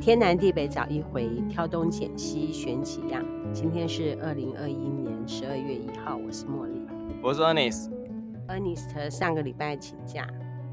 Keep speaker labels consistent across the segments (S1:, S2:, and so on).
S1: 天南地北找一回，挑东拣西选几样。今天是二零二一年十二月一号，我是茉莉。
S2: 我是 Anis，
S1: Ernest 上个礼拜请假，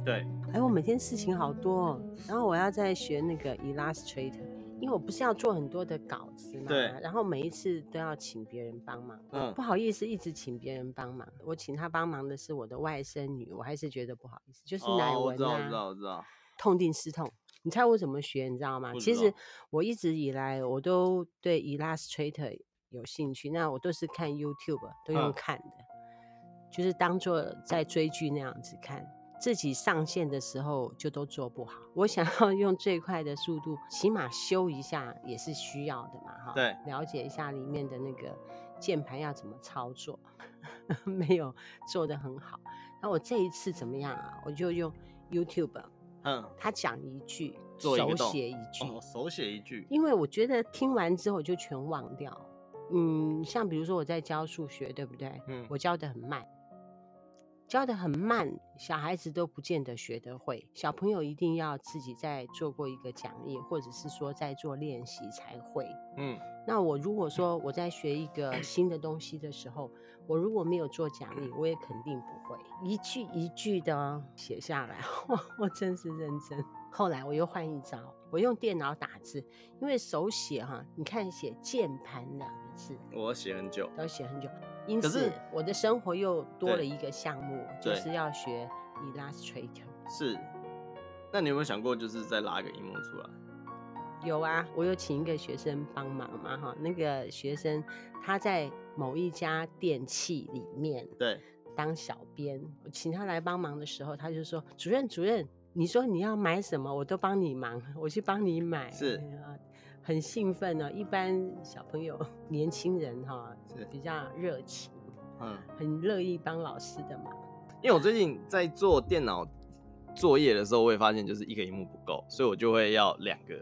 S2: 对，
S1: 哎，我每天事情好多、哦，然后我要再学那个 Illustrator，因为我不是要做很多的稿子嘛，
S2: 对
S1: 然后每一次都要请别人帮忙，
S2: 嗯
S1: 不好意思一直请别人帮忙，我请他帮忙的是我的外甥女，我还是觉得不好意思，就是乃
S2: 哦，我
S1: 文
S2: 知道，我知
S1: 啊，
S2: 道，我知道，
S1: 痛定思痛。你猜我怎么学，你知道吗？
S2: 不
S1: 其
S2: 知
S1: 实
S2: 道
S1: 我一直以来我都对 Illustrator 有兴趣，那我都是看 YouTube，都用
S2: 嗯
S1: 看的，就是当做在追剧那样子看。自己上线的时候就都做不好，我想要用最快的速度，起码修一下也是需要的嘛，哈。
S2: 对，
S1: 了解一下里面的那个键盘要怎么操作， 没有做得很好。那我这一次怎么样啊？我就用 YouTube
S2: 嗯，
S1: 他讲一句，
S2: 做一
S1: 手
S2: 个动
S1: 写一句，
S2: 哦，手写一句，
S1: 因为我觉得听完之后我就全忘掉。嗯，像比如说我在教数学，对不对？
S2: 嗯，
S1: 我教的很慢，教的很慢，小孩子都不见得学得会。小朋友一定要自己再做过一个讲义，或者是说在做练习才会。
S2: 嗯，
S1: 那我如果说我在学一个新的东西的时候，我如果没有做讲义，我也肯定不会一句一句的写下来。 我我真是认真。后来我又换一招，我用电脑打字，因为手写哈、你看写键盘两个字
S2: 我写很久，
S1: 都要写很久，因
S2: 可
S1: 此
S2: 是
S1: 我的生活又多了
S2: 对
S1: 一个项目，就
S2: 对
S1: 是要学 Illustrator。
S2: 是，那你有没有想过，就是再拉一个荧幕出来？
S1: 有啊，我有请一个学生帮忙嘛哈，那个学生他在某一家电器里面
S2: 对，
S1: 当小编，我请他来帮忙的时候，他就说：“主任，主任，你说你要买什么，我都帮你忙，我去帮你买。”
S2: 是
S1: 啊，很兴奋哦。一般小朋友、年轻人哈、
S2: 是
S1: 比较热情，
S2: 嗯，
S1: 很乐意帮老师的忙。
S2: 因为我最近在做电脑作业的时候，我也发现就是一个荧幕不够，所以我就会要两个，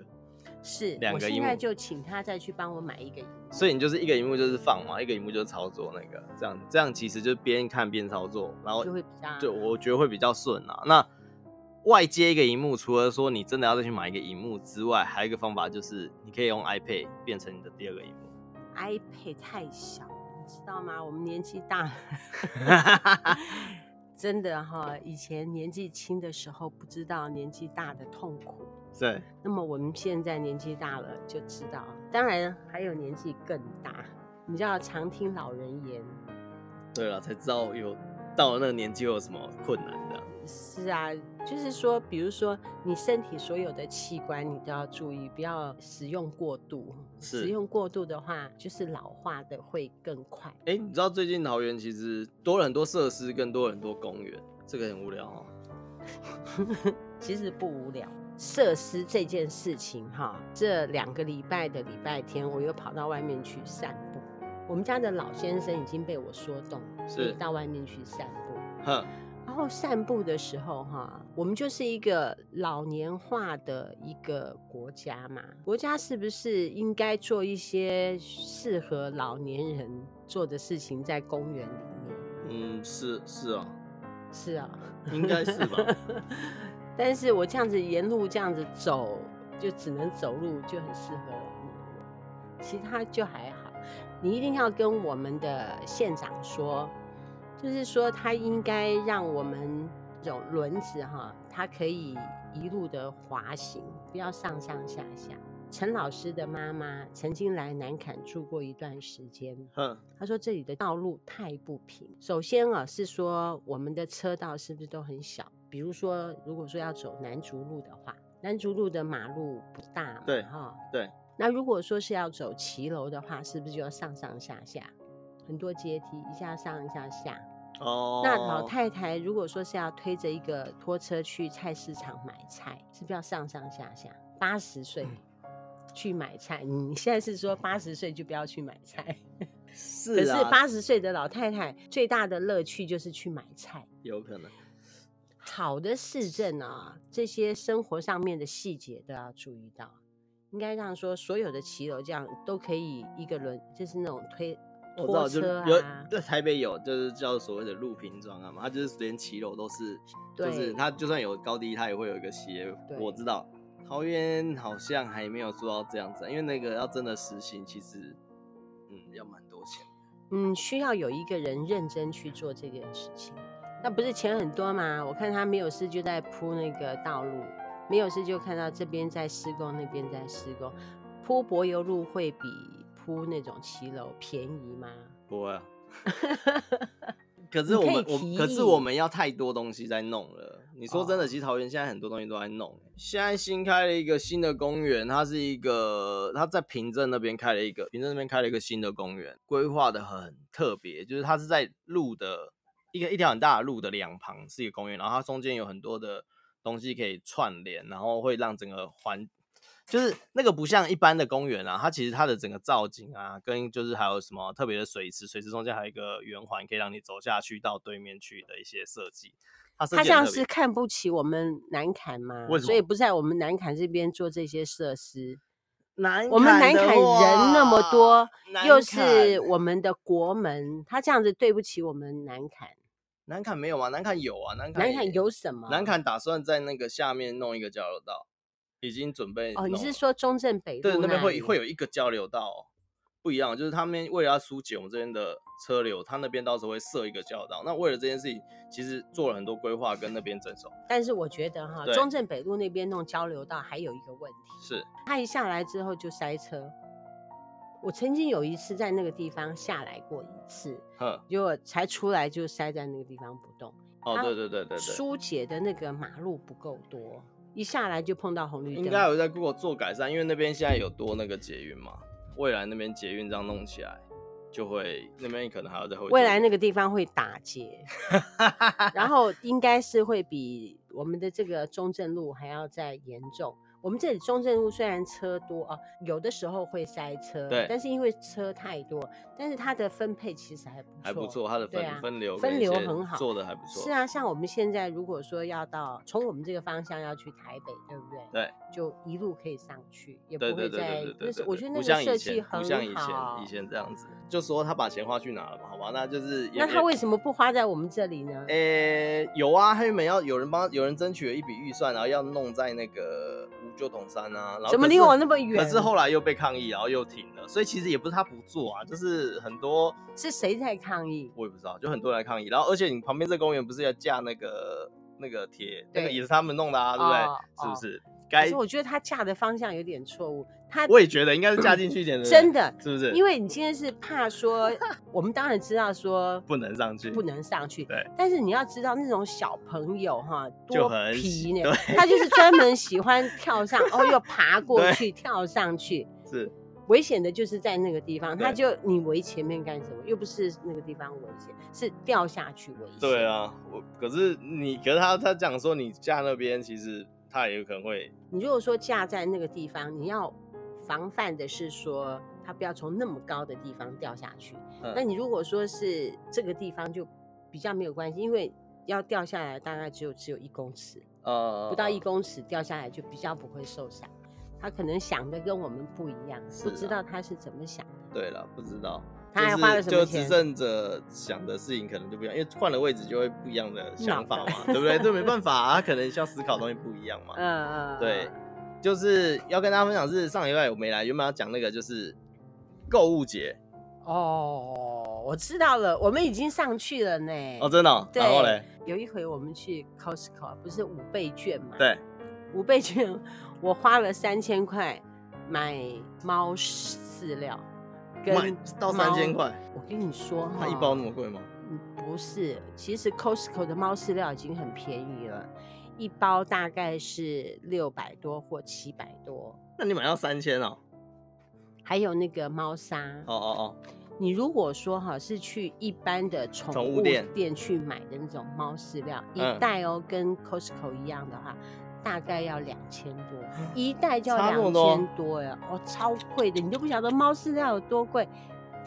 S1: 是，
S2: 两
S1: 我
S2: 个
S1: 现
S2: 荧
S1: 在
S2: 幕
S1: 就请他再去帮我买一个荧幕。
S2: 所以你就是一个荧幕就是放嘛，一个荧幕就是操作那个，这样这样其实就边看边操作，然后
S1: 就会比较
S2: 对，我觉得会比较顺啊。那外接一个荧幕，除了说你真的要再去买一个荧幕之外，还有一个方法就是你可以用 iPad 变成你的第二个荧 幕。
S1: iPad 太小，你知道吗？我们年纪大了， 真的哈、以前年纪轻的时候不知道年纪大的痛苦，
S2: 对，
S1: 那么我们现在年纪大了就知道。当然还有年纪更大，你知道常听老人言，
S2: 对了，才知道有到了那个年纪会有什么困难这样。
S1: 是啊，就是说，比如说你身体所有的器官你都要注意，不要使用过度。
S2: 是
S1: 使用过度的话，就是老化的会更快。
S2: 哎、你知道最近桃园其实多了很多设施，更多了很多公园，这个很无聊哦。
S1: 其实不无聊。设施这件事情哈，这两个礼拜的礼拜天，我又跑到外面去散步。我们家的老先生已经被我说动，所以
S2: 是
S1: 到外面去散步。
S2: 哼，
S1: 然后散步的时候哈，我们就是一个老年化的一个国家嘛，国家是不是应该做一些适合老年人做的事情在公园里面？
S2: 嗯，是是啊，
S1: 是啊，
S2: 应该是吧？
S1: 但是我这样子沿路这样子走，就只能走路，就很适合老年人，其他就还好。你一定要跟我们的县长说，就是说他应该让我们这种轮子哈，它可以一路的滑行，不要上上下下。陈老师的妈妈曾经来南坎住过一段时间，
S2: 哼，
S1: 他说这里的道路太不平。首先啊，是说我们的车道是不是都很小？比如说，如果说要走南竹路的话，南竹路的马路不大嘛，
S2: 对
S1: 哈，
S2: 对。
S1: 那如果说是要走骑楼的话，是不是就要上上下下，很多阶梯，一下上一下下？
S2: 哦，
S1: 那老太太如果说是要推着一个拖车去菜市场买菜，是不是要上上下下？八十岁
S2: 嗯
S1: 去买菜，你现在是说八十岁就不要去买菜？
S2: 是
S1: 可是
S2: 啊，
S1: 八十岁的老太太最大的乐趣就是去买菜。
S2: 有可能，
S1: 好的市政啊，这些生活上面的细节都要注意到。应该这样说，所有的骑楼这样都可以一个轮，就是那种推
S2: 我
S1: 拖
S2: 知道，就
S1: 车
S2: 有
S1: 啊，
S2: 在台北有，就是叫所谓的路平庄啊嘛，它就是连骑楼都是，就是
S1: 对
S2: 它就算有高低，它也会有一个斜
S1: 对。
S2: 我知道，桃园好像还没有做到这样子啊，因为那个要真的实行，其实嗯要蛮多钱。
S1: 嗯，需要有一个人认真去做这件事情。那不是钱很多吗？我看他没有事就在铺那个道路，没有事就看到这边在施工，那边在施工。铺柏油路会比铺那种骑楼便宜吗？
S2: 不会啊。可是我
S1: 你可以
S2: 们我
S1: 提
S2: 可是
S1: 议
S2: 我们要太多东西在弄了。你说真的，其实桃园现在很多东西都在弄。欸现在新开了一个新的公园，它是一个它在平镇那边开了一个平镇那边开了一个新的公园，规划的很特别，就是它是在路的一个一条很大的路的两旁是一个公园，然后它中间有很多的东西可以串联，然后会让整个环就是那个不像一般的公园啊，它其实它的整个造景啊，跟就是还有什么特别的水池，水池中间还有一个圆环，可以让你走下去到对面去的一些设计。它设
S1: 他
S2: 计
S1: 像
S2: 很特
S1: 是
S2: 别
S1: 看不起我们南坎吗？
S2: 为什
S1: 所以
S2: 么
S1: 不在我们南坎这边做这些设施。
S2: 南
S1: 我们南
S2: 的
S1: 坎人那么
S2: 话
S1: 多，
S2: 南
S1: 又
S2: 坎
S1: 是我们的国门，他这样子对不起我们南坎。
S2: 南坎没有吗？南坎有啊，南坎
S1: 南坎
S2: 也
S1: 有什么？
S2: 南坎打算在那个下面弄一个交流道，已经准备
S1: 哦，你
S2: 弄
S1: 是
S2: 了
S1: 说中正北路
S2: 对那边会
S1: 里
S2: 会有一个交流道、哦，不一样，就是他们为了要疏解我们这边的车流，他那边到时候会设一个交流道。那为了这件事情，其实做了很多规划跟那边整手
S1: 但是我觉得哈，
S2: 对
S1: 中正北路那边弄交流道还有一个问题，
S2: 是
S1: 它一下来之后就塞车。我曾经有一次在那个地方下来过一次，
S2: 呵
S1: 结果才出来就塞在那个地方不动。
S2: 哦，
S1: 它
S2: 对对对对对，
S1: 啊疏解的那个马路不够多，一下来就碰到红绿
S2: 应该
S1: 灯。
S2: 有在 Google 做改善，因为那边现在有多那个捷运嘛，未来那边捷运这样弄起来，就会那边可能还要再会
S1: 未来那
S2: 个
S1: 个地方会打 结，然后应该是会比我们的这个中正路还要再严重。我们这里中正路虽然车多啊，有的时候会塞车，
S2: 对
S1: 但是因为车太多，但是它的分配其实还不错，
S2: 还不错，它的
S1: 对
S2: 分、
S1: 啊
S2: 分流
S1: 分
S2: 跟一
S1: 流
S2: 些
S1: 很好
S2: 做的还不错，
S1: 是啊，像我们现在如果说要到从我们这个方向要去台北，对不对？
S2: 对，
S1: 就一路可以上去，也不
S2: 对
S1: 会
S2: 对对
S1: 再
S2: 对对，
S1: 那
S2: 对
S1: 是
S2: 对，
S1: 我觉得那
S2: 不
S1: 个
S2: 像以
S1: 设计
S2: 前
S1: 很好。
S2: 不像以前以前这样子，就说他把钱花去哪了嘛，好吧，那就是也
S1: 那
S2: 哎
S1: 他
S2: 也
S1: 为什么不花在我们这里呢？
S2: 诶、有啊，他原本要有人帮，有人争取了一笔预算，然后要弄在那个五九桶山啊，然后
S1: 怎么
S2: 可
S1: 离
S2: 是
S1: 我那么远？
S2: 可是后来又被抗议，然后又停了，所以其实也不是他不做啊，就是很多
S1: 是谁在抗议？
S2: 我也不知道，就很多人来抗议。然后而且你旁边这公园不是要架那个那个铁，那个
S1: 对
S2: 也是他们弄的啊，对不对？
S1: 哦
S2: 是
S1: 哦
S2: 不是？
S1: 可
S2: 该
S1: 是我觉得他架的方向有点错误，他
S2: 我也觉得应该是架进去一点，对不对
S1: 真的，
S2: 是不是？
S1: 因
S2: 为
S1: 为你今天是怕 说，我们当然知道说
S2: 不能上去，
S1: 不能上去，
S2: 对。
S1: 但是你要知道，那种小朋友哈，
S2: 就
S1: 多
S2: 很
S1: 皮
S2: 喜
S1: 呢，
S2: 对
S1: 他就是专门喜欢跳上，哦，又爬过
S2: 对
S1: 去，跳上去。
S2: 是
S1: 危险的就是在那个地方，他
S2: 对
S1: 就你围前面干什么？又不是那个地方危险，是掉下去危险。
S2: 对，啊。我可是你，可是他他讲说你架那边，其实他也有可能会
S1: 你如果说架在那个地方，你要防范的是说他不要从那么高的地方掉下去。
S2: 嗯
S1: 那你如果说是这个地方就比较没有关系，因为要掉下来大概只有只有一公尺，
S2: 呃
S1: 不到一公尺掉下来就比较不会受伤。他可能想的跟我们不一样，
S2: 是
S1: 不知
S2: 啊
S1: 道他是怎么想的。
S2: 对了，不知道。
S1: 他
S2: 就
S1: 还花
S2: 是
S1: 了什么
S2: 就执
S1: 钱
S2: 政者想的事情可能就不一样，因为换了位置就会不一样的想法
S1: 脑
S2: 嘛，对不对？这没办法、啊，他可能需要思考的东西不一样嘛。
S1: 嗯嗯，
S2: 对，就是要跟大家分享是上礼拜我没来，原本要讲那个就是购物节
S1: 哦，我知道了，我们已经上去了呢。
S2: 哦，真的哦、
S1: 哎对
S2: 然后嘞，
S1: 有一回我们去 Costco，不是五倍券嘛？，
S2: 对，
S1: 五倍券我花了三千块买猫饲料，
S2: 卖
S1: 跟
S2: 到
S1: 猫
S2: 三千。块，
S1: 我跟你说哈，
S2: 它一包那么贵吗？
S1: 嗯不是，其实 Costco 的猫饲料已经很便宜了，一包大概是六百多或七百多，
S2: 那你买到三千哦，
S1: 还有那个猫砂。
S2: 哦哦
S1: 你如果说哈是去一般的宠
S2: 宠物
S1: 物
S2: 店
S1: 店去买的那种猫饲料，
S2: 嗯
S1: 一袋哦，跟 Costco 一样的话，大概要两千多，一袋就
S2: 啊
S1: 要
S2: 差那么
S1: 两
S2: 多
S1: 千多呀，哦，超贵的，你都不晓得猫饲料有多贵。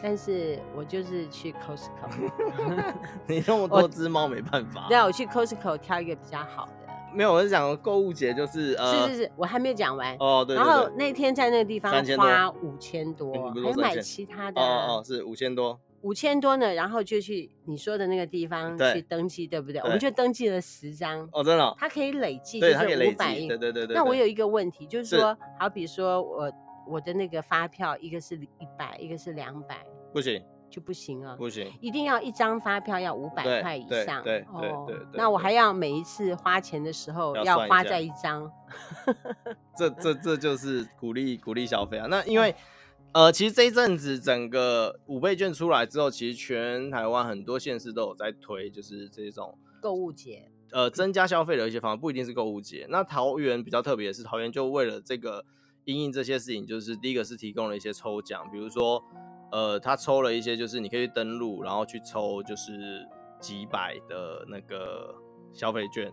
S1: 但是我就是去 Costco，
S2: 哦，你那么多只猫没办法
S1: 对，啊，我去 Costco 挑一个比较好的。
S2: 没有，我是讲购物节就是
S1: 是
S2: 呃，
S1: 是是，我还没有讲完。
S2: 哦对对
S1: 然后
S2: 对，
S1: 那天在那个地方
S2: 3000多
S1: 花五千多，
S2: 嗯你不是
S1: 还
S2: 说
S1: 买
S2: 3000
S1: 其他的
S2: 哦
S1: 啊
S2: 哦哦是五千多，
S1: 五千多呢，然后就去你说的那个地方
S2: 对
S1: 去登记，对不对？
S2: 对
S1: 我们就登记了十张，
S2: 哦，真的哦、
S1: 它可以累计，就
S2: 对，它可以
S1: 是
S2: 累
S1: 五百
S2: 积，
S1: 印
S2: 对。对对对。
S1: 那我
S2: 对
S1: 有一个问题，就是
S2: 是
S1: 说，好比说我我的那个发票，一个是一百，一个是两百，
S2: 不行
S1: 就不行啊，
S2: 不行，
S1: 一定要一张发票要五百
S2: 对
S1: 块以
S2: 对
S1: 上。哦
S2: 对对对对
S1: 那我
S2: 对
S1: 还要每一次花钱的时候
S2: 要
S1: 要
S2: 算一
S1: 花
S2: 下
S1: 在一张，
S2: 这这这就是鼓励鼓励消费啊。那因为呃，其实这一阵子整个五倍券出来之后，其实全台湾很多县市都有在推，就是这种
S1: 购物节
S2: 呃增加消费的一些方法，不一定是购物节。那桃园比较特别的是，桃园就为了这个因应这些事情，就是第一个是提供了一些抽奖，比如说呃，他抽了一些就是你可以去登录，然后去抽就是几百的那个消费券，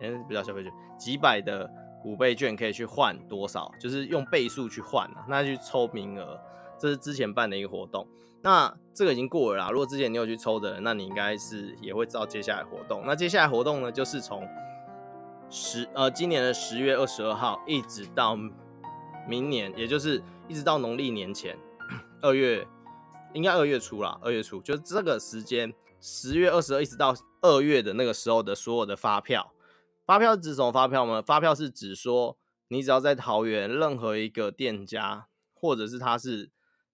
S2: 嗯，不叫消费券，几百的五倍券可以去换多少，就是用倍数去换啊，那去抽名额，这是之前办的一个活动。那这个已经过了啦。如果之前你有去抽的人，那你应该是也会知道接下来活动。那接下来活动呢，就是从十呃今年的十月二十二号一直到明年，也就是一直到农历年前二月，应该二月初啦，二月初就是这个时间，十月二十二一直到二月的那个时候的所有的发票，发票是指什么发票呢？发票是指说你只要在桃园任何一个店家，或者是他是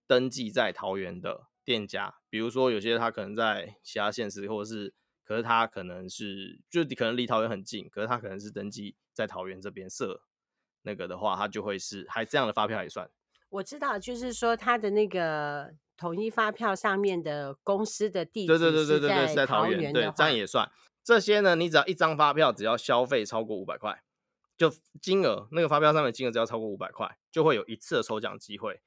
S2: 登记在桃园的店家，比如说有些他可能在其他县市，或者是可是他可能是就可能离桃园很近，可是他可能是登记在桃园这边设那个的话，他就会是还这样的发票也算。
S1: 我知道，就是说它的那个统一发票上面的公司的地址
S2: 对对对对对对，是在
S1: 桃
S2: 桃园，
S1: 的
S2: 对，这
S1: 话
S2: 样也算。这些呢，你只要一张发票，只要消费超过五百块，就金额那个发票上面的金额只要超过五百块，就会有一次的抽奖机会，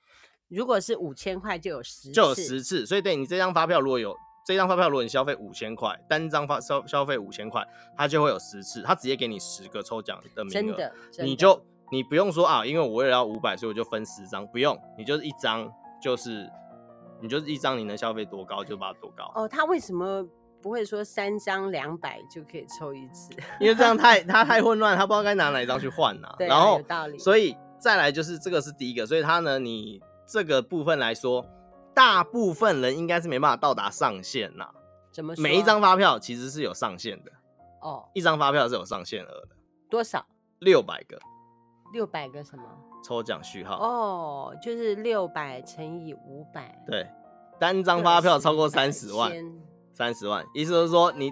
S1: 如果是五千块就有十，
S2: 就有十次。所以对你这张发票如果有这张发票，如果你消费五千块，单张发消消费五千块，它就会有十次，它直接给你十个抽奖的名额。
S1: 真的，真
S2: 你
S1: 的
S2: 就你不用说啊，因为我为了要五百，所以我就分十张，不用，你就是一张，就是你就是一张，你能消费多高就把它多高。
S1: 哦，他为什么不会说三张两百就可以抽一次？
S2: 因为这样太他太混乱，他不知道该拿哪一张去换呐、
S1: 对啊
S2: 然后
S1: 有道理
S2: 所以再来就是这个是第一个，所以他呢，你这个部分来说，大部分人应该是没办法到达上限呐、
S1: 怎么说？
S2: 每一张发票其实是有上限的，
S1: 哦，
S2: 一张发票是有上限额的，
S1: 多少？
S2: 六百个
S1: 六百个什么？
S2: 抽奖序号。
S1: 哦，就是六百乘以五百，
S2: 对，单张发票超过三十万，
S1: 2000
S2: 三十万，意思就是说你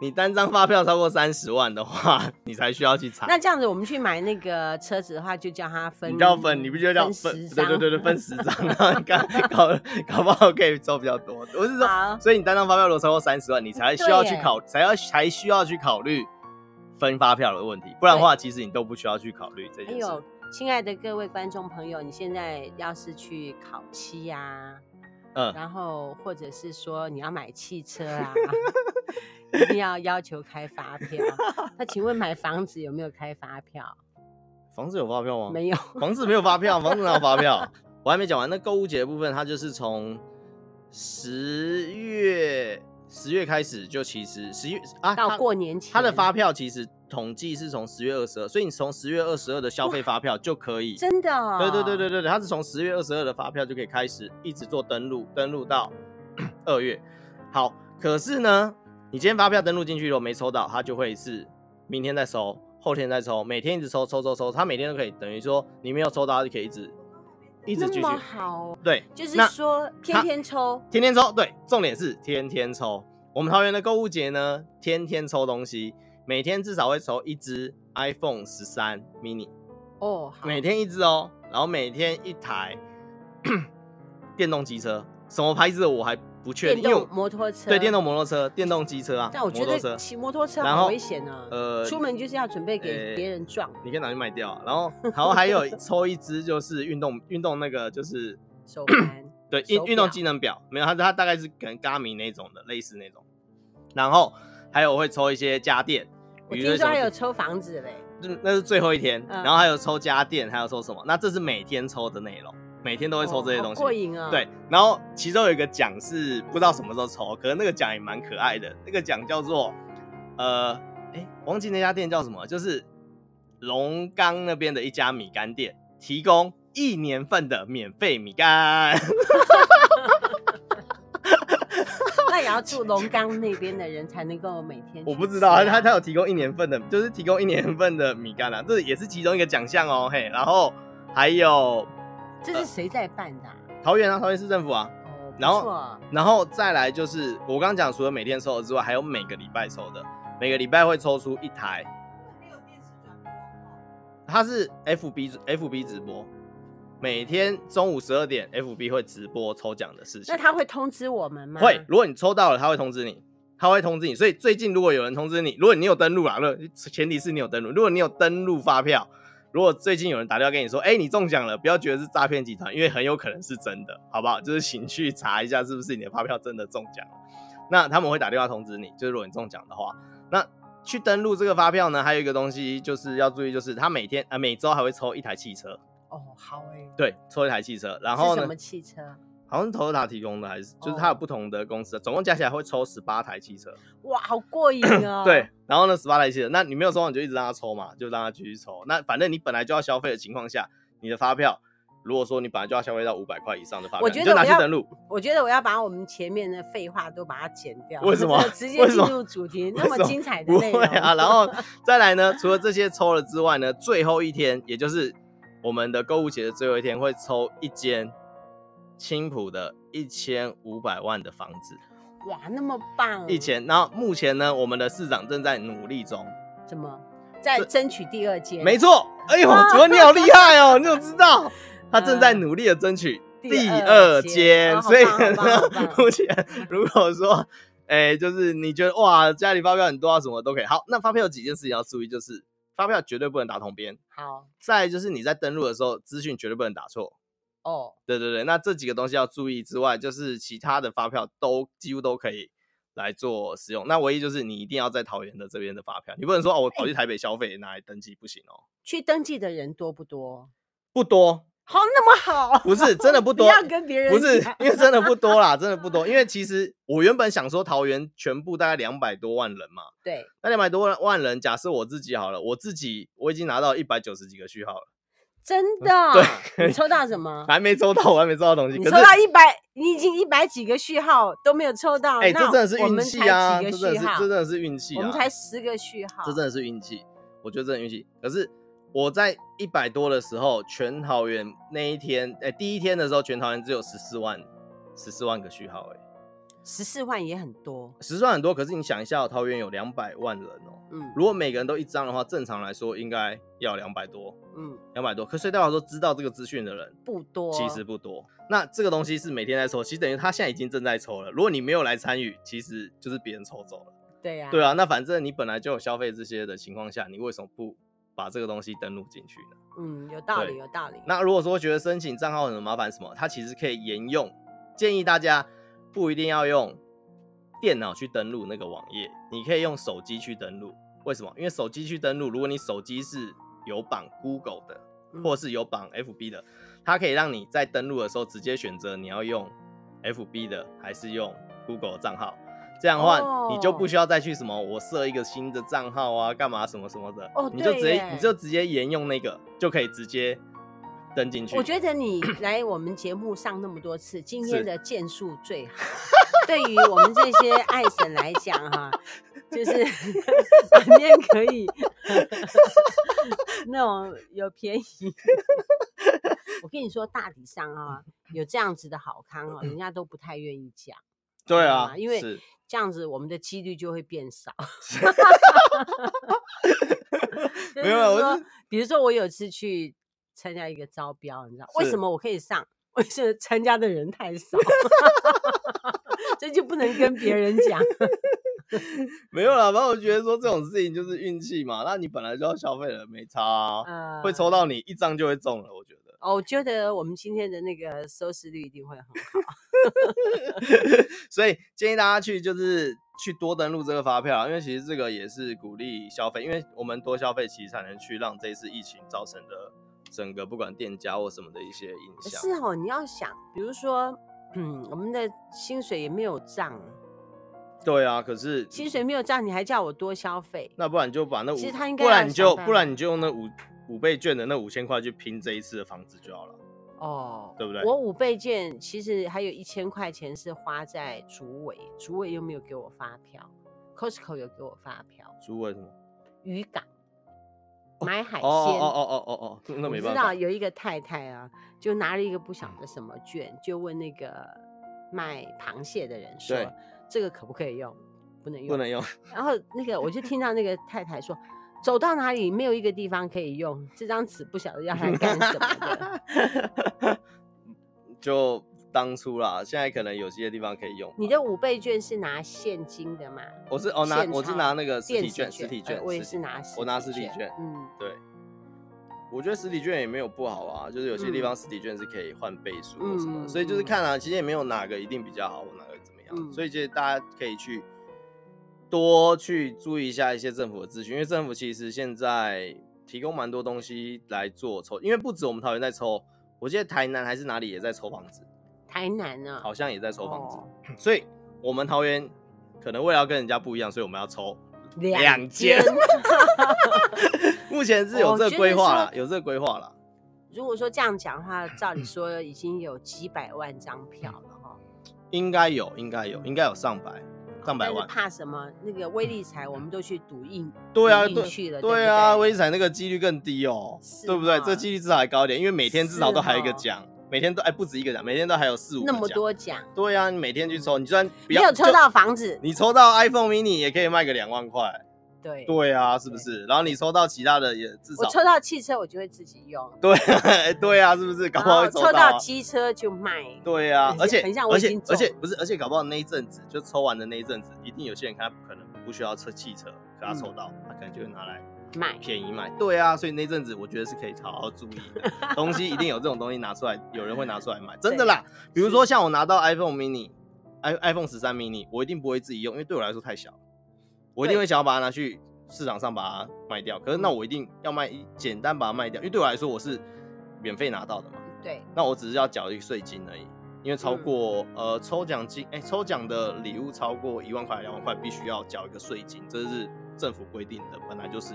S2: 你单张发票超过三十万的话， 你才需要去查。
S1: 那这样子，我们去买那个车子的话，就叫他分，
S2: 你叫分，你不觉得叫
S1: 分
S2: 分？
S1: 十
S2: 对对对对，
S1: 张
S2: 分十张，然后你搞搞搞不好可以抽比较多。我是
S1: 好
S2: 说，所以你单张发票如果超过三十万，你才需要去考，才要才需要去考虑分发票的问题。不然的话，其实你都不需要去考虑这
S1: 还
S2: 件事。
S1: 有，亲爱的各位观众朋友，你现在要是去烤漆呀、
S2: 嗯，
S1: 然后或者是说你要买汽车 啊，一定要要求开发票。那请问买房子有没有开发票？
S2: 房子有发票吗？
S1: 没 有。
S2: 房子没有发票，房子哪有发票？我还没讲完。那购物节的部分，它就是从十月十月开始，就其实十月啊，
S1: 到
S2: 它
S1: 过年前，
S2: 它的发票其实统计是从十月二十二，所以你从十月二十二的消费发票就可以。
S1: 真的、哦，
S2: 对对对对对，对它是从十月二十二的发票就可以开始一直做登录，登录到 二月。好，可是呢，你今天发票登录进去了没抽到，它就会是明天再收，后天再抽，每天一直抽抽抽抽，它每天都可以，等于说你没有抽到，它就可以一直一直
S1: 那
S2: 继续
S1: 么。好哦，
S2: 对，
S1: 就是
S2: 那
S1: 说天
S2: 它
S1: 天抽，
S2: 天天抽，对，重点是天天抽。我们桃园的购物节呢，天天抽东西，每天至少会抽一只 iPhone 十三 mini，
S1: 哦，好
S2: 每天一只哦，然后每天一台 电动机车，什么牌子的我还不确
S1: 电
S2: 定，因为
S1: 动
S2: 我
S1: 摩托车，
S2: 对电动摩托车、电动机车啊，
S1: 但我觉
S2: 摩托车
S1: 得骑摩托车
S2: 然
S1: 好
S2: 后
S1: 危险啊！
S2: 呃
S1: 出门就是要准备给
S2: 呃
S1: 别人撞
S2: 你可以拿去卖掉啊，然后然后还有抽一只就是运动运动那个就是
S1: 手环。
S2: 对，
S1: 手
S2: 运运动
S1: 表
S2: 技能表没有，它它大概是可能 Garmin 那种的，类似那种。然后还有会抽一些家电，
S1: 我
S2: 比
S1: 听
S2: 如
S1: 说
S2: 什么
S1: 还有抽房子嘞，
S2: 就那是最后一天，
S1: 嗯
S2: 然后还有抽家电，还有抽什么？那这是每天抽的内容，每天都会抽这
S1: 哦
S2: 些
S1: 好
S2: 东西。
S1: 过瘾啊！
S2: 对，，然后其中有一个奖是不知道什么时候抽，可是那个奖也蛮可爱的，那个奖叫做呃，哎，忘记那家店叫什么，就是龙岗那边的一家米干店，提供一年份的免费米干。
S1: 也要住龙岗那边的人才能够每天去吃啊。
S2: 我不知道，他他有提供一年份的，就是提供一年份的米干啊，这也是其中一个奖项哦，嘿，然后还有
S1: 这是谁在办的啊？
S2: 桃园啊，桃园市政府啊，
S1: 哦，不
S2: 然后
S1: 错
S2: 然后再来就是我刚刚讲，除了每天抽的之外，还有每个礼拜抽的，每个礼拜会抽出一台，它是 FB 直 FB 直播，每天中午十二点 FB 会直播抽奖的事情
S1: 那。他会通知我们吗？
S2: 会，如果你抽到了，他会通知你，他会通知你。所以最近如果有人通知你，如果你有登录啦，那前提是你有登录。如果你有登录发票，如果最近有人打电话跟你说，哎、你中奖了，不要觉得是诈骗集团，因为很有可能是真的，好不好？就是请去查一下是不是你的发票真的中奖了。那他们会打电话通知你，就是如果你中奖的话，那去登录这个发票呢，还有一个东西就是要注意，就是他每天啊、呃每周还会抽一台汽车，
S1: 哦，好哎。
S2: 对，抽一台汽车，然
S1: 是
S2: 后呢？
S1: 什么汽车？
S2: 好像是 Toyota 提供的，还
S1: 哦
S2: 是就是它有不同的公司，总共加起来会抽十八台汽车。
S1: 哇，好过 瘾哦！
S2: 对，，然后呢，十八台汽车，那你没有抽到，你就一直让他抽嘛，就让他继续抽。那反正你本来就要消费的情况下，你的发票，如果说你本来就要消费到五百块以上的发票，
S1: 我觉
S2: 你
S1: 得
S2: 就拿
S1: 我
S2: 去
S1: 要
S2: 登录。
S1: 我觉得我要把我们前面的废话都把它剪掉，
S2: 为什么
S1: 直接
S2: 为什
S1: 进
S2: 么
S1: 入主题，
S2: 为
S1: 那么
S2: 什么
S1: 精彩的
S2: 不
S1: 内
S2: 会
S1: 容
S2: 啊，然后再来呢，除了这些抽了之外呢，最后一天，也就是我们的购物节的最后一天，会抽一间青浦的一千五百万的房子，
S1: 哇，那么棒！
S2: 一千。然后目前呢，我们的市长正在努力中。
S1: 怎么在
S2: 这
S1: 争取第二间？
S2: 没错，哎呦，
S1: 啊
S2: 主任你好厉害哦， 你怎么知道？他正在努力的争取第二间，
S1: 嗯第二间哦
S2: 所以
S1: 好棒好棒好棒
S2: 目前如果说， 哎，就是你觉得哇，家里发票很多啊，什么都可以。好，那发票有几件事情要注意，就是发票绝对不能打同边，
S1: 好
S2: 再来就是你在登录的时候，资讯绝对不能打错。
S1: 哦，
S2: 对对对，那这几个东西要注意之外，就是其他的发票都几乎都可以来做使用。那唯一就是你一定要在桃园的这边的发票，你不能说哦，我跑去台北消费拿来登记不行哦，
S1: 去登记的人多不多？
S2: 不多，
S1: 好，那么好，
S2: 不是真的不多，
S1: 要跟别人
S2: 不是
S1: 讲
S2: 因为真的不多啦，真的不多。因为其实我原本想说桃园全部大概两百多万人嘛，
S1: 对，
S2: 那两百多万万人，假设我自己好了，我自己我已经拿到一百九十几个序号了，
S1: 真的。
S2: 对
S1: 你抽到什么？
S2: 还没抽到，我还没抽到东西。
S1: 啊你
S2: 可
S1: 抽
S2: 是
S1: 到一百，你已经一百几个序号都没有抽到，
S2: 哎、这
S1: 那
S2: 真的是
S1: 我
S2: 运
S1: 们
S2: 气
S1: 才
S2: 啊，
S1: 几
S2: 这
S1: 个
S2: 真
S1: 序
S2: 的是
S1: 号
S2: 这真的是运气啊，
S1: 我们才十个序号，
S2: 这真的是运气，我觉得真的运气。可是我在一百多的时候，全桃园那一天，哎、第一天的时候，全桃园只有十四万，十四万个序号、哎，
S1: 十四万也很多，
S2: 十四万很多，可是你想一下哦、桃园有两百万人哦、
S1: 嗯
S2: 如果每个人都一张的话，正常来说应该要两百多，
S1: 嗯，
S2: 两百多。可是对代表说知道这个资讯的人
S1: 不多，
S2: 其实不多。那这个东西是每天在抽，其实等于他现在已经正在抽了。如果你没有来参与，其实就是别人抽走了。
S1: 对呀、
S2: 对啊，那反正你本来就有消费这些的情况下，你为什么不把这个东西登录进去呢？
S1: 嗯，有道
S2: 对
S1: 理，有道理。
S2: 那如果说觉得申请账号很麻烦什么，它其实可以沿用，建议大家不一定要用电脑去登录那个网页，你可以用手机去登录。为什么？因为手机去登录，如果你手机是有绑 Google 的，
S1: 嗯
S2: 或是有绑 FB 的，它可以让你在登录的时候直接选择你要用 FB 的还是用 Google 的账号。这样的话，你就不
S1: 哦
S2: 需要再去什么我设一个新的账号啊，干嘛什么什么的，
S1: 哦
S2: 你就直
S1: 对
S2: 接
S1: 耶
S2: 你就直接沿用那个，就可以直接登进去。
S1: 我觉得你 来我们节目上那么多次，今
S2: 是
S1: 天的剑术最好。对于我们这些爱神来讲，哈，就是 反面可以那种有便宜。 我跟你说，大体上啊，有这样子的好康
S2: 嗯
S1: 哦，人家都不太愿意讲。
S2: 对
S1: 道
S2: 啊
S1: 吗，因为
S2: 是
S1: 这样子，我们的几率就会变少。 就
S2: 没有啊我
S1: 说
S2: 是
S1: 比如说我有次去参加一个招标，你知道为
S2: 是
S1: 什么我可以上？ 为什么参加的人太少？ 这就不能跟别人 讲。
S2: 没有啦，反正我觉得说这种事情就是运气嘛，那你本来就要消费了，没差、啊，
S1: 呃，
S2: 会抽。到你一张就会中了，我觉得。
S1: 哦，我觉得我们今天的那个收视率一定会很好。
S2: 所以建议大家去就是去多登录这个发票啊，因为其实这个也是鼓励消费，因为我们多消费其实才能去让这一次疫情造成的整个不管店家或什么的一些影
S1: 可
S2: 响。
S1: 是哦，你要想，比如说， 嗯，我们的薪水也没有涨，
S2: 对啊，可是
S1: 薪水没有涨，你还叫我多消费？
S2: 那不然你就把那五，
S1: 其实他应该
S2: 不
S1: 要
S2: 然你
S1: 想
S2: 就
S1: 办
S2: 不
S1: 法
S2: 然你就用那五五倍券的那五千块去拼这一次的房子就好了。
S1: 哦，
S2: 对不对
S1: 我五倍券其实还有一千块钱是花在竹尾，竹尾又没有给我发票，Costco 有给我发票，
S2: 主委什么？
S1: 渔港买海
S2: 哦
S1: 鲜。
S2: 哦哦哦哦哦，那
S1: 我
S2: 没
S1: 知
S2: 办
S1: 道
S2: 法。嗯
S1: 有一个太太啊，就拿了一个不晓得什么券，就问那个卖螃蟹的人说
S2: 对：“
S1: 这个可不可以用？不能用，
S2: 不能用，
S1: 然后那个我就听到那个太太说，走到哪里没有一个地方可以用，这张纸不晓得要来干什么的。
S2: 就当初啦。现在可能有些地方可以用。
S1: 你的五倍券是拿现金的吗？
S2: 我是哦拿
S1: 现
S2: 我是
S1: 钞
S2: 拿那个实
S1: 电
S2: 体
S1: 子
S2: 券，实体
S1: 哎
S2: 券，
S1: 我也
S2: 实体
S1: 是拿
S2: 券
S1: 实
S2: 我拿
S1: 体
S2: 实体券。
S1: 嗯，
S2: 对，我觉得实体券也没有不好啊，就是有些地
S1: 嗯
S2: 方实体券是可以换倍数或什么的，
S1: 嗯
S2: 所以就是
S1: 嗯
S2: 看啊，其实也没有哪个一定比较好，或哪个怎么样，
S1: 嗯
S2: 所以其实大家可以去多去注意一下一些政府的资讯，因为政府其实现在提供蛮多东西来做抽，因为不止我们桃园在抽，我记得台南还是哪里也在抽房子，
S1: 台南啊，
S2: 好像也在抽房子，
S1: 哦
S2: 所以我们桃园可能为了要跟人家不一样，所以我们要抽。
S1: 两
S2: 两
S1: 间。
S2: 间 目前是有
S1: 我
S2: 这
S1: 觉
S2: 个
S1: 得
S2: 规划
S1: 说
S2: 啦，有这个规划啦。
S1: 如果说这样讲的话，照
S2: 嗯
S1: 理说已经有几百万张票了哈，
S2: 应该有，应该有，应该有上百，上百
S1: 但是
S2: 万。嗯
S1: 怕什么？那个威力彩我们都去赌硬，
S2: 对啊，
S1: 赌硬去了，
S2: 对
S1: 不对
S2: 啊，威力彩那个几率更低哦，
S1: 是
S2: 对不对？
S1: 哈
S2: 这几率至少还高一点，因为每天至少都还有一个
S1: 是哈
S2: 奖，每天都哎不止一个奖，每天都还有四五个
S1: 那
S2: 奖。
S1: 么？多奖，
S2: 对啊，你每天去抽，你就算不
S1: 没
S2: 要
S1: 有抽
S2: 就
S1: 到房子，
S2: 你抽到 iPhone mini 也可以卖个两万块。
S1: 对
S2: 对啊，是不是？然后你抽到其他的也至
S1: 我
S2: 少
S1: 抽到汽车，我就会自己用。
S2: 对啊哎对啊，是不是？搞不好
S1: 然
S2: 会
S1: 后
S2: 到
S1: 抽
S2: 啊
S1: 到。机车就卖。
S2: 对啊，
S1: 很
S2: 而
S1: 像
S2: 且
S1: 很像我
S2: 而
S1: 已
S2: 且
S1: 经
S2: 而且
S1: 中
S2: 不是，而且搞不好那一阵子就抽完的那一阵子，一定有些人他可能不需要车汽车，可
S1: 嗯
S2: 他抽到，他可能就会拿来
S1: 卖。
S2: 便宜买。对啊，所以那阵子我觉得是可以好好注意的，东西一定有这种东西拿出来，有人会拿出来买，真的啦。比如说像我拿到 iPhone mini、i iPhone 十三 mini，我一定不会自己用，因为对我来说太小了，我一定
S1: 对
S2: 会想要把它拿去市场上把它卖掉。可是那
S1: 嗯
S2: 我一定要卖，简单把它卖掉，因为对我来说我是免费拿到的嘛。
S1: 对，
S2: 那我只是要缴一个税金而已，因为
S1: 嗯
S2: 超过、呃抽奖金，哎、抽奖的礼物超过一万块、两万块，必须要缴一个税金，这是政府规定的，本来就是。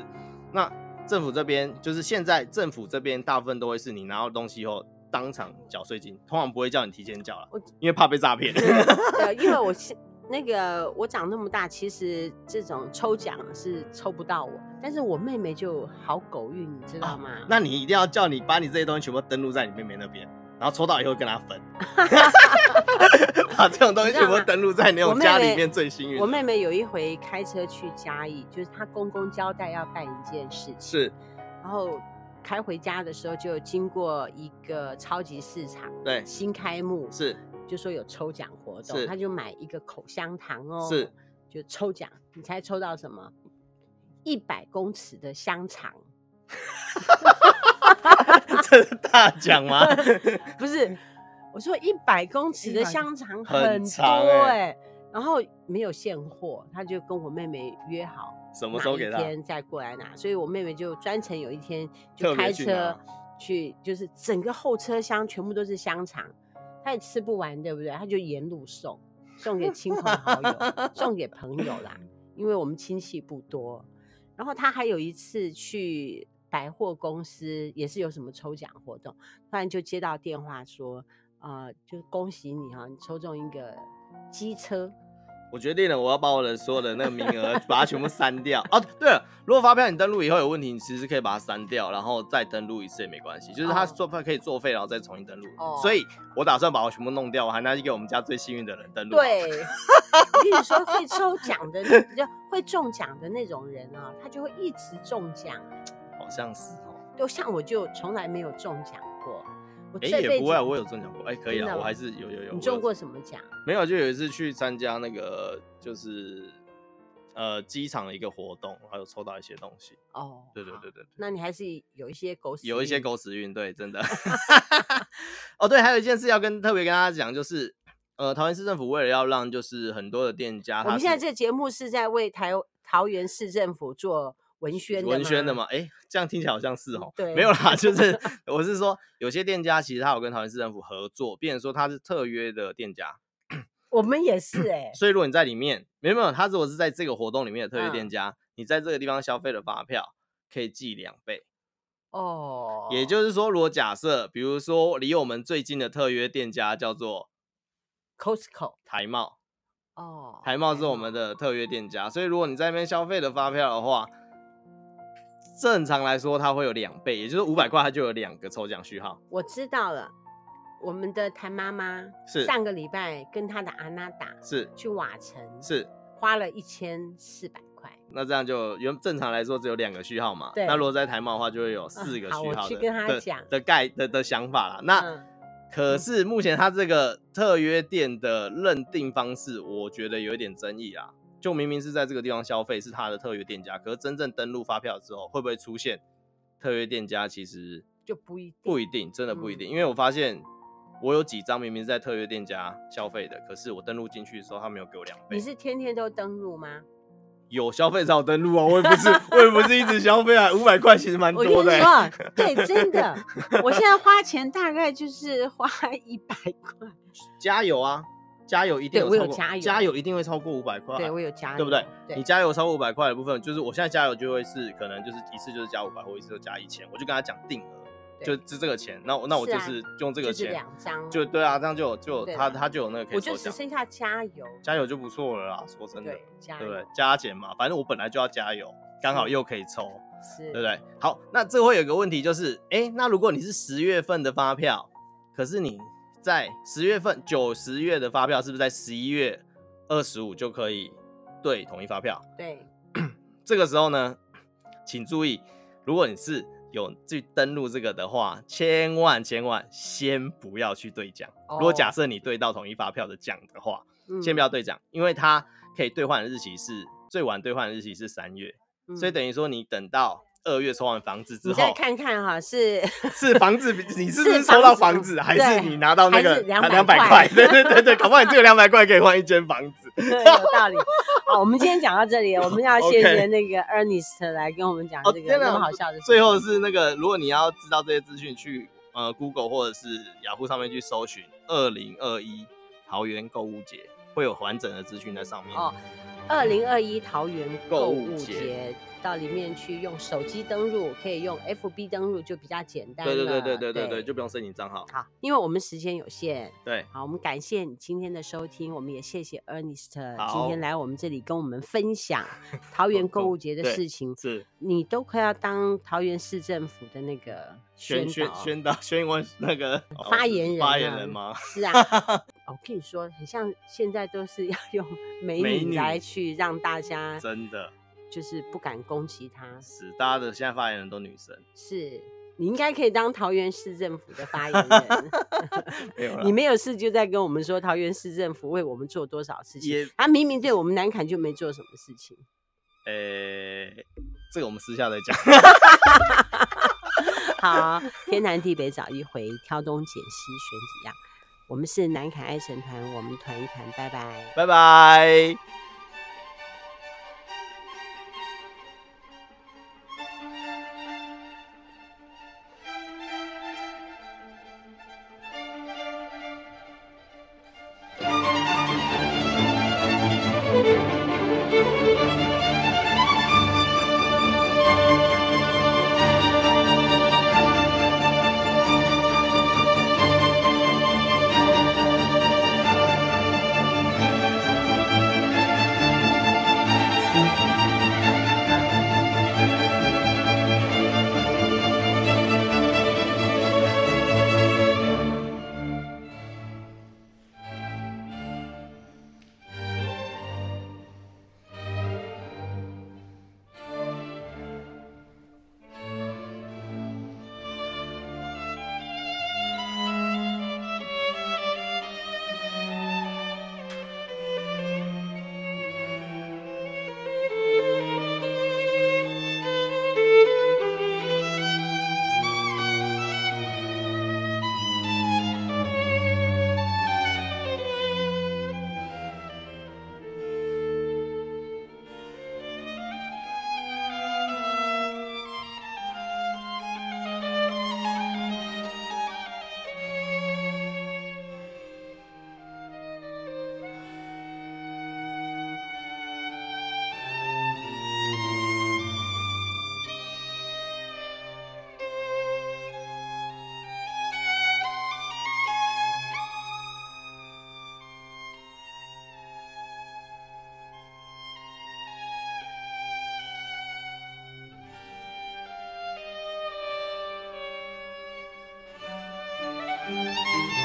S2: 那政府这边就是现在政府这边大部分都会是你拿到东西以后当场缴税金，通常不会叫你提前缴了
S1: 我，
S2: 因为怕被诈 骗。
S1: 呃，因为我是那个我长那么大，其实这种抽奖是抽不到我，但是我妹妹就好狗运，你知道吗？
S2: 啊那你一定要叫你把你这些东西全部登录在你妹妹那边，然后抽到以后跟她 分，把这种东西全部登录在那
S1: 我
S2: 种
S1: 妹
S2: 家里
S1: 妹
S2: 面最幸运的。
S1: 我妹妹有一回开车去嘉义，就是她公公交代要办一件事情，
S2: 是
S1: 然后开回家的时候就经过一个超级市场
S2: 对
S1: 新开幕，
S2: 是
S1: 就说有抽奖活动，
S2: 是
S1: 她就买一个口香糖哦，
S2: 是，
S1: 就抽奖，你猜抽到什么？一百公尺的香肠，
S2: 这是大奖吗？
S1: 不是，我说一百公尺的
S2: 100
S1: 香肠
S2: 很
S1: 很多
S2: 长
S1: 哎、
S2: 欸
S1: 然后没有现货，他就跟我妹妹约好
S2: 什么时
S1: 哪
S2: 候给
S1: 一
S2: 他？
S1: 天再过来拿，所以我妹妹就专程有一天
S2: 特
S1: 就
S2: 别
S1: 开
S2: 去
S1: 车
S2: 拿
S1: 去，就是整个后车厢全部都是香肠，她也吃不完，对不对？她就沿路送，送给亲朋好友，送给朋友 啦，因为我们亲戚不多。然后她还有一次去百货公司，也是有什么抽奖活动，突然就接到电话说，呃，就恭喜你哈、你抽中一个机车。
S2: 我决定了，我要把我的所有的那个名 额把它全部删掉。哦，对了，如果发票你登录以后有问题，你其实可以把它删掉，然后再登录一次也没关系。就是
S1: 哦
S2: 它作可以作废，然后再重新登录。
S1: 哦
S2: 所以我打算把我全部弄掉，我还拿去给我们家最幸运的人登录。
S1: 对， 我跟你说，会抽奖的那，就会中奖的那种人啊，他就会一直中奖。
S2: 好像是哦。
S1: 就像我就从来没有中奖过，我
S2: 哎、
S1: 这
S2: 也
S1: 辈
S2: 不
S1: 子
S2: 会啊，我有中奖过。哎、可以
S1: 真
S2: 啊，
S1: 的
S2: 我还
S1: 吗
S2: 是有有有。
S1: 你
S2: 我
S1: 中
S2: 有
S1: 过什么奖？
S2: 没有，就有一次去参加那个就是呃机场的一个活动，然后有抽到一些东西。
S1: 哦，
S2: 对对
S1: 好
S2: 对，对对。
S1: 那你还是有一些狗屎运，
S2: 有一些狗屎运，对，真的。 哦，对，还有一件事要跟特别跟大家讲，就是呃，桃园市政府为了要让就是很多的店家，
S1: 我们
S2: 它
S1: 现在
S2: 是
S1: 这个节目是在为台桃园市政府做文宣的
S2: 文宣的
S1: 吗？嗯
S2: 嘛，哎、这样听起来好像是哦，
S1: 对
S2: 没有啦，就是我是说，有些店家其实他有跟桃园市政府合作，变成说他是特约的店家，
S1: 我们也是哎、
S2: 所以如果你在里面，没有没有，他如果是在这个活动里面的特约
S1: 嗯
S2: 店家，你在这个地方消费的发票可以记两倍。
S1: 哦，
S2: 也就是说，如果假设，比如说离我们最近的特约店家叫做
S1: Costco
S2: 台茂，
S1: 哦，
S2: 台茂是我们的特约店家，所以如果你在那边消费的发票的话，正常来说它会有两倍，也就是五百块它就有两个抽奖序号。
S1: 我知道了。我们的谭妈妈
S2: 是
S1: 上个礼拜跟她的阿娜达
S2: 是
S1: 去瓦城，
S2: 是，
S1: 花了一千四百块。
S2: 那这样就原正常来说只有两个序号嘛。
S1: 对嗯
S2: 那如果在台茂的话，就会有四个
S1: 好
S2: 序
S1: 我
S2: 号
S1: 去
S2: 的
S1: 跟他
S2: 的
S1: 讲
S2: 的概的的想法啦。那、
S1: 嗯
S2: 可是目前它这个特约店的认定方式，我觉得有一点争议啦。就明明是在这个地方消费，是它的特约店家，可是真正登录发票之后，会不会出现特约店家？其实
S1: 就不一定
S2: 不一定，真的不一定。
S1: 嗯
S2: 因为我发现我有几张明明是在特约店家消费的，可是我登录进去的时候，他没有给我两倍
S1: 你。是天天都登录吗？
S2: 有消费才有登录啊，我也不 是，我也不是一直消费啊，五百块其实蛮
S1: 我
S2: 多
S1: 跟
S2: 的、
S1: 你
S2: 欸。
S1: 说，对，真的，我现在花钱大概就是花一百块，
S2: 加油啊，加油一定
S1: 对
S2: 有
S1: 我
S2: 超
S1: 有
S2: 过，
S1: 加油
S2: 一定会超过五百块。啊
S1: 对我有加油，
S2: 对不对？你
S1: 对，
S2: 加油超过五百块的部分，就是我现在加油就会是可能就是一次就是加五百，或一次就加一千，我就跟他讲定额，就
S1: 对
S2: 就这个钱，那我那我
S1: 是
S2: 就
S1: 啊
S2: 是用这
S1: 就
S2: 个
S1: 是
S2: 钱，
S1: 两张，
S2: 就对啊，这样就有就有
S1: 对啦
S2: 他他就有那个可以
S1: 我
S2: 抽
S1: 就只
S2: 奖，
S1: 剩下加油，
S2: 加油就不错了啦，说真的，
S1: 对，加
S2: 对不
S1: 油
S2: 对？加减嘛，反正我本来就要加油，刚好又可以抽，
S1: 是，
S2: 对不对？好，那这会有个问题就是，哎，那如果你是十月份的发票，可是你在十月份九十月的发票，是不是在十一月二十五就可以对统一发票？
S1: 对？
S2: 这个时候呢，请注意，如果你是有去登录这个的话，千万千万先不要去兑奖。如果假设你兑到统一发票的奖的话，
S1: 哦嗯
S2: 先不要兑奖，因为它可以兑换的日期是最晚兑换的日期是三月，所以
S1: 嗯
S2: 等于说你等到二月抽完房子之
S1: 你再
S2: 后，
S1: 看看哈， 是
S2: 是房子，你是不
S1: 是
S2: 是抽到
S1: 房
S2: 房
S1: 子
S2: 子，还是
S1: 对
S2: 你拿到那
S1: 还
S2: 个
S1: 是200
S2: 两百
S1: 块
S2: 块？ 对对对对，搞不好你这个两百块可以换一间房子。
S1: 有道理。好，我们今天讲到这里，我们 要谢
S2: OK
S1: 谢那个 Ernest 来跟我们讲
S2: 哦
S1: 这个
S2: 天
S1: 那么
S2: 哪
S1: 好笑的事情。
S2: 最后是那个，如果你要知道这些资讯，去呃 Google 或者是雅虎上面去搜寻“二零二一桃园购物节”，会有完整的资讯在上面。
S1: 哦，二零二一桃园购
S2: 购
S1: 物
S2: 物
S1: 节
S2: 节
S1: 到里面去用手机登录，可以用 FB 登录就比较简单了。
S2: 对对对对对对对，
S1: 对，
S2: 就不用申请账号。
S1: 好，因为我们时间有限。
S2: 对，
S1: 好，我们感谢你今天的收听，我们也谢谢 Ernest 今
S2: 好
S1: 天来我们这里跟我们分 享桃园购物节的
S2: 对
S1: 事情。
S2: 是
S1: 你都快要当桃园市政府的那个
S2: 宣
S1: 宣
S2: 宣
S1: 导
S2: 宣导宣文那个 哦
S1: 发
S2: 是
S1: 言人
S2: 发言
S1: 啊
S2: 人吗？
S1: 是啊， 我跟你说，很像现在都是要用美
S2: 美
S1: 女
S2: 女
S1: 来去让大家
S2: 真的
S1: 就是不敢攻击她。
S2: 是，大家的现在发言人都女生，
S1: 是你应该可以当桃园市政府的发言人。
S2: 没有啦
S1: 你没有事就在跟我们说桃园市政府为我们做多少事情
S2: 也，
S1: 他明明对我们南坎就没做什么事情。
S2: 诶、这个我们私下再讲。
S1: 好，天南地北找一回，挑东拣西选几样。我们是南坎爱神团，我们团一团，拜拜。
S2: 拜拜。
S3: Thank
S2: 拜。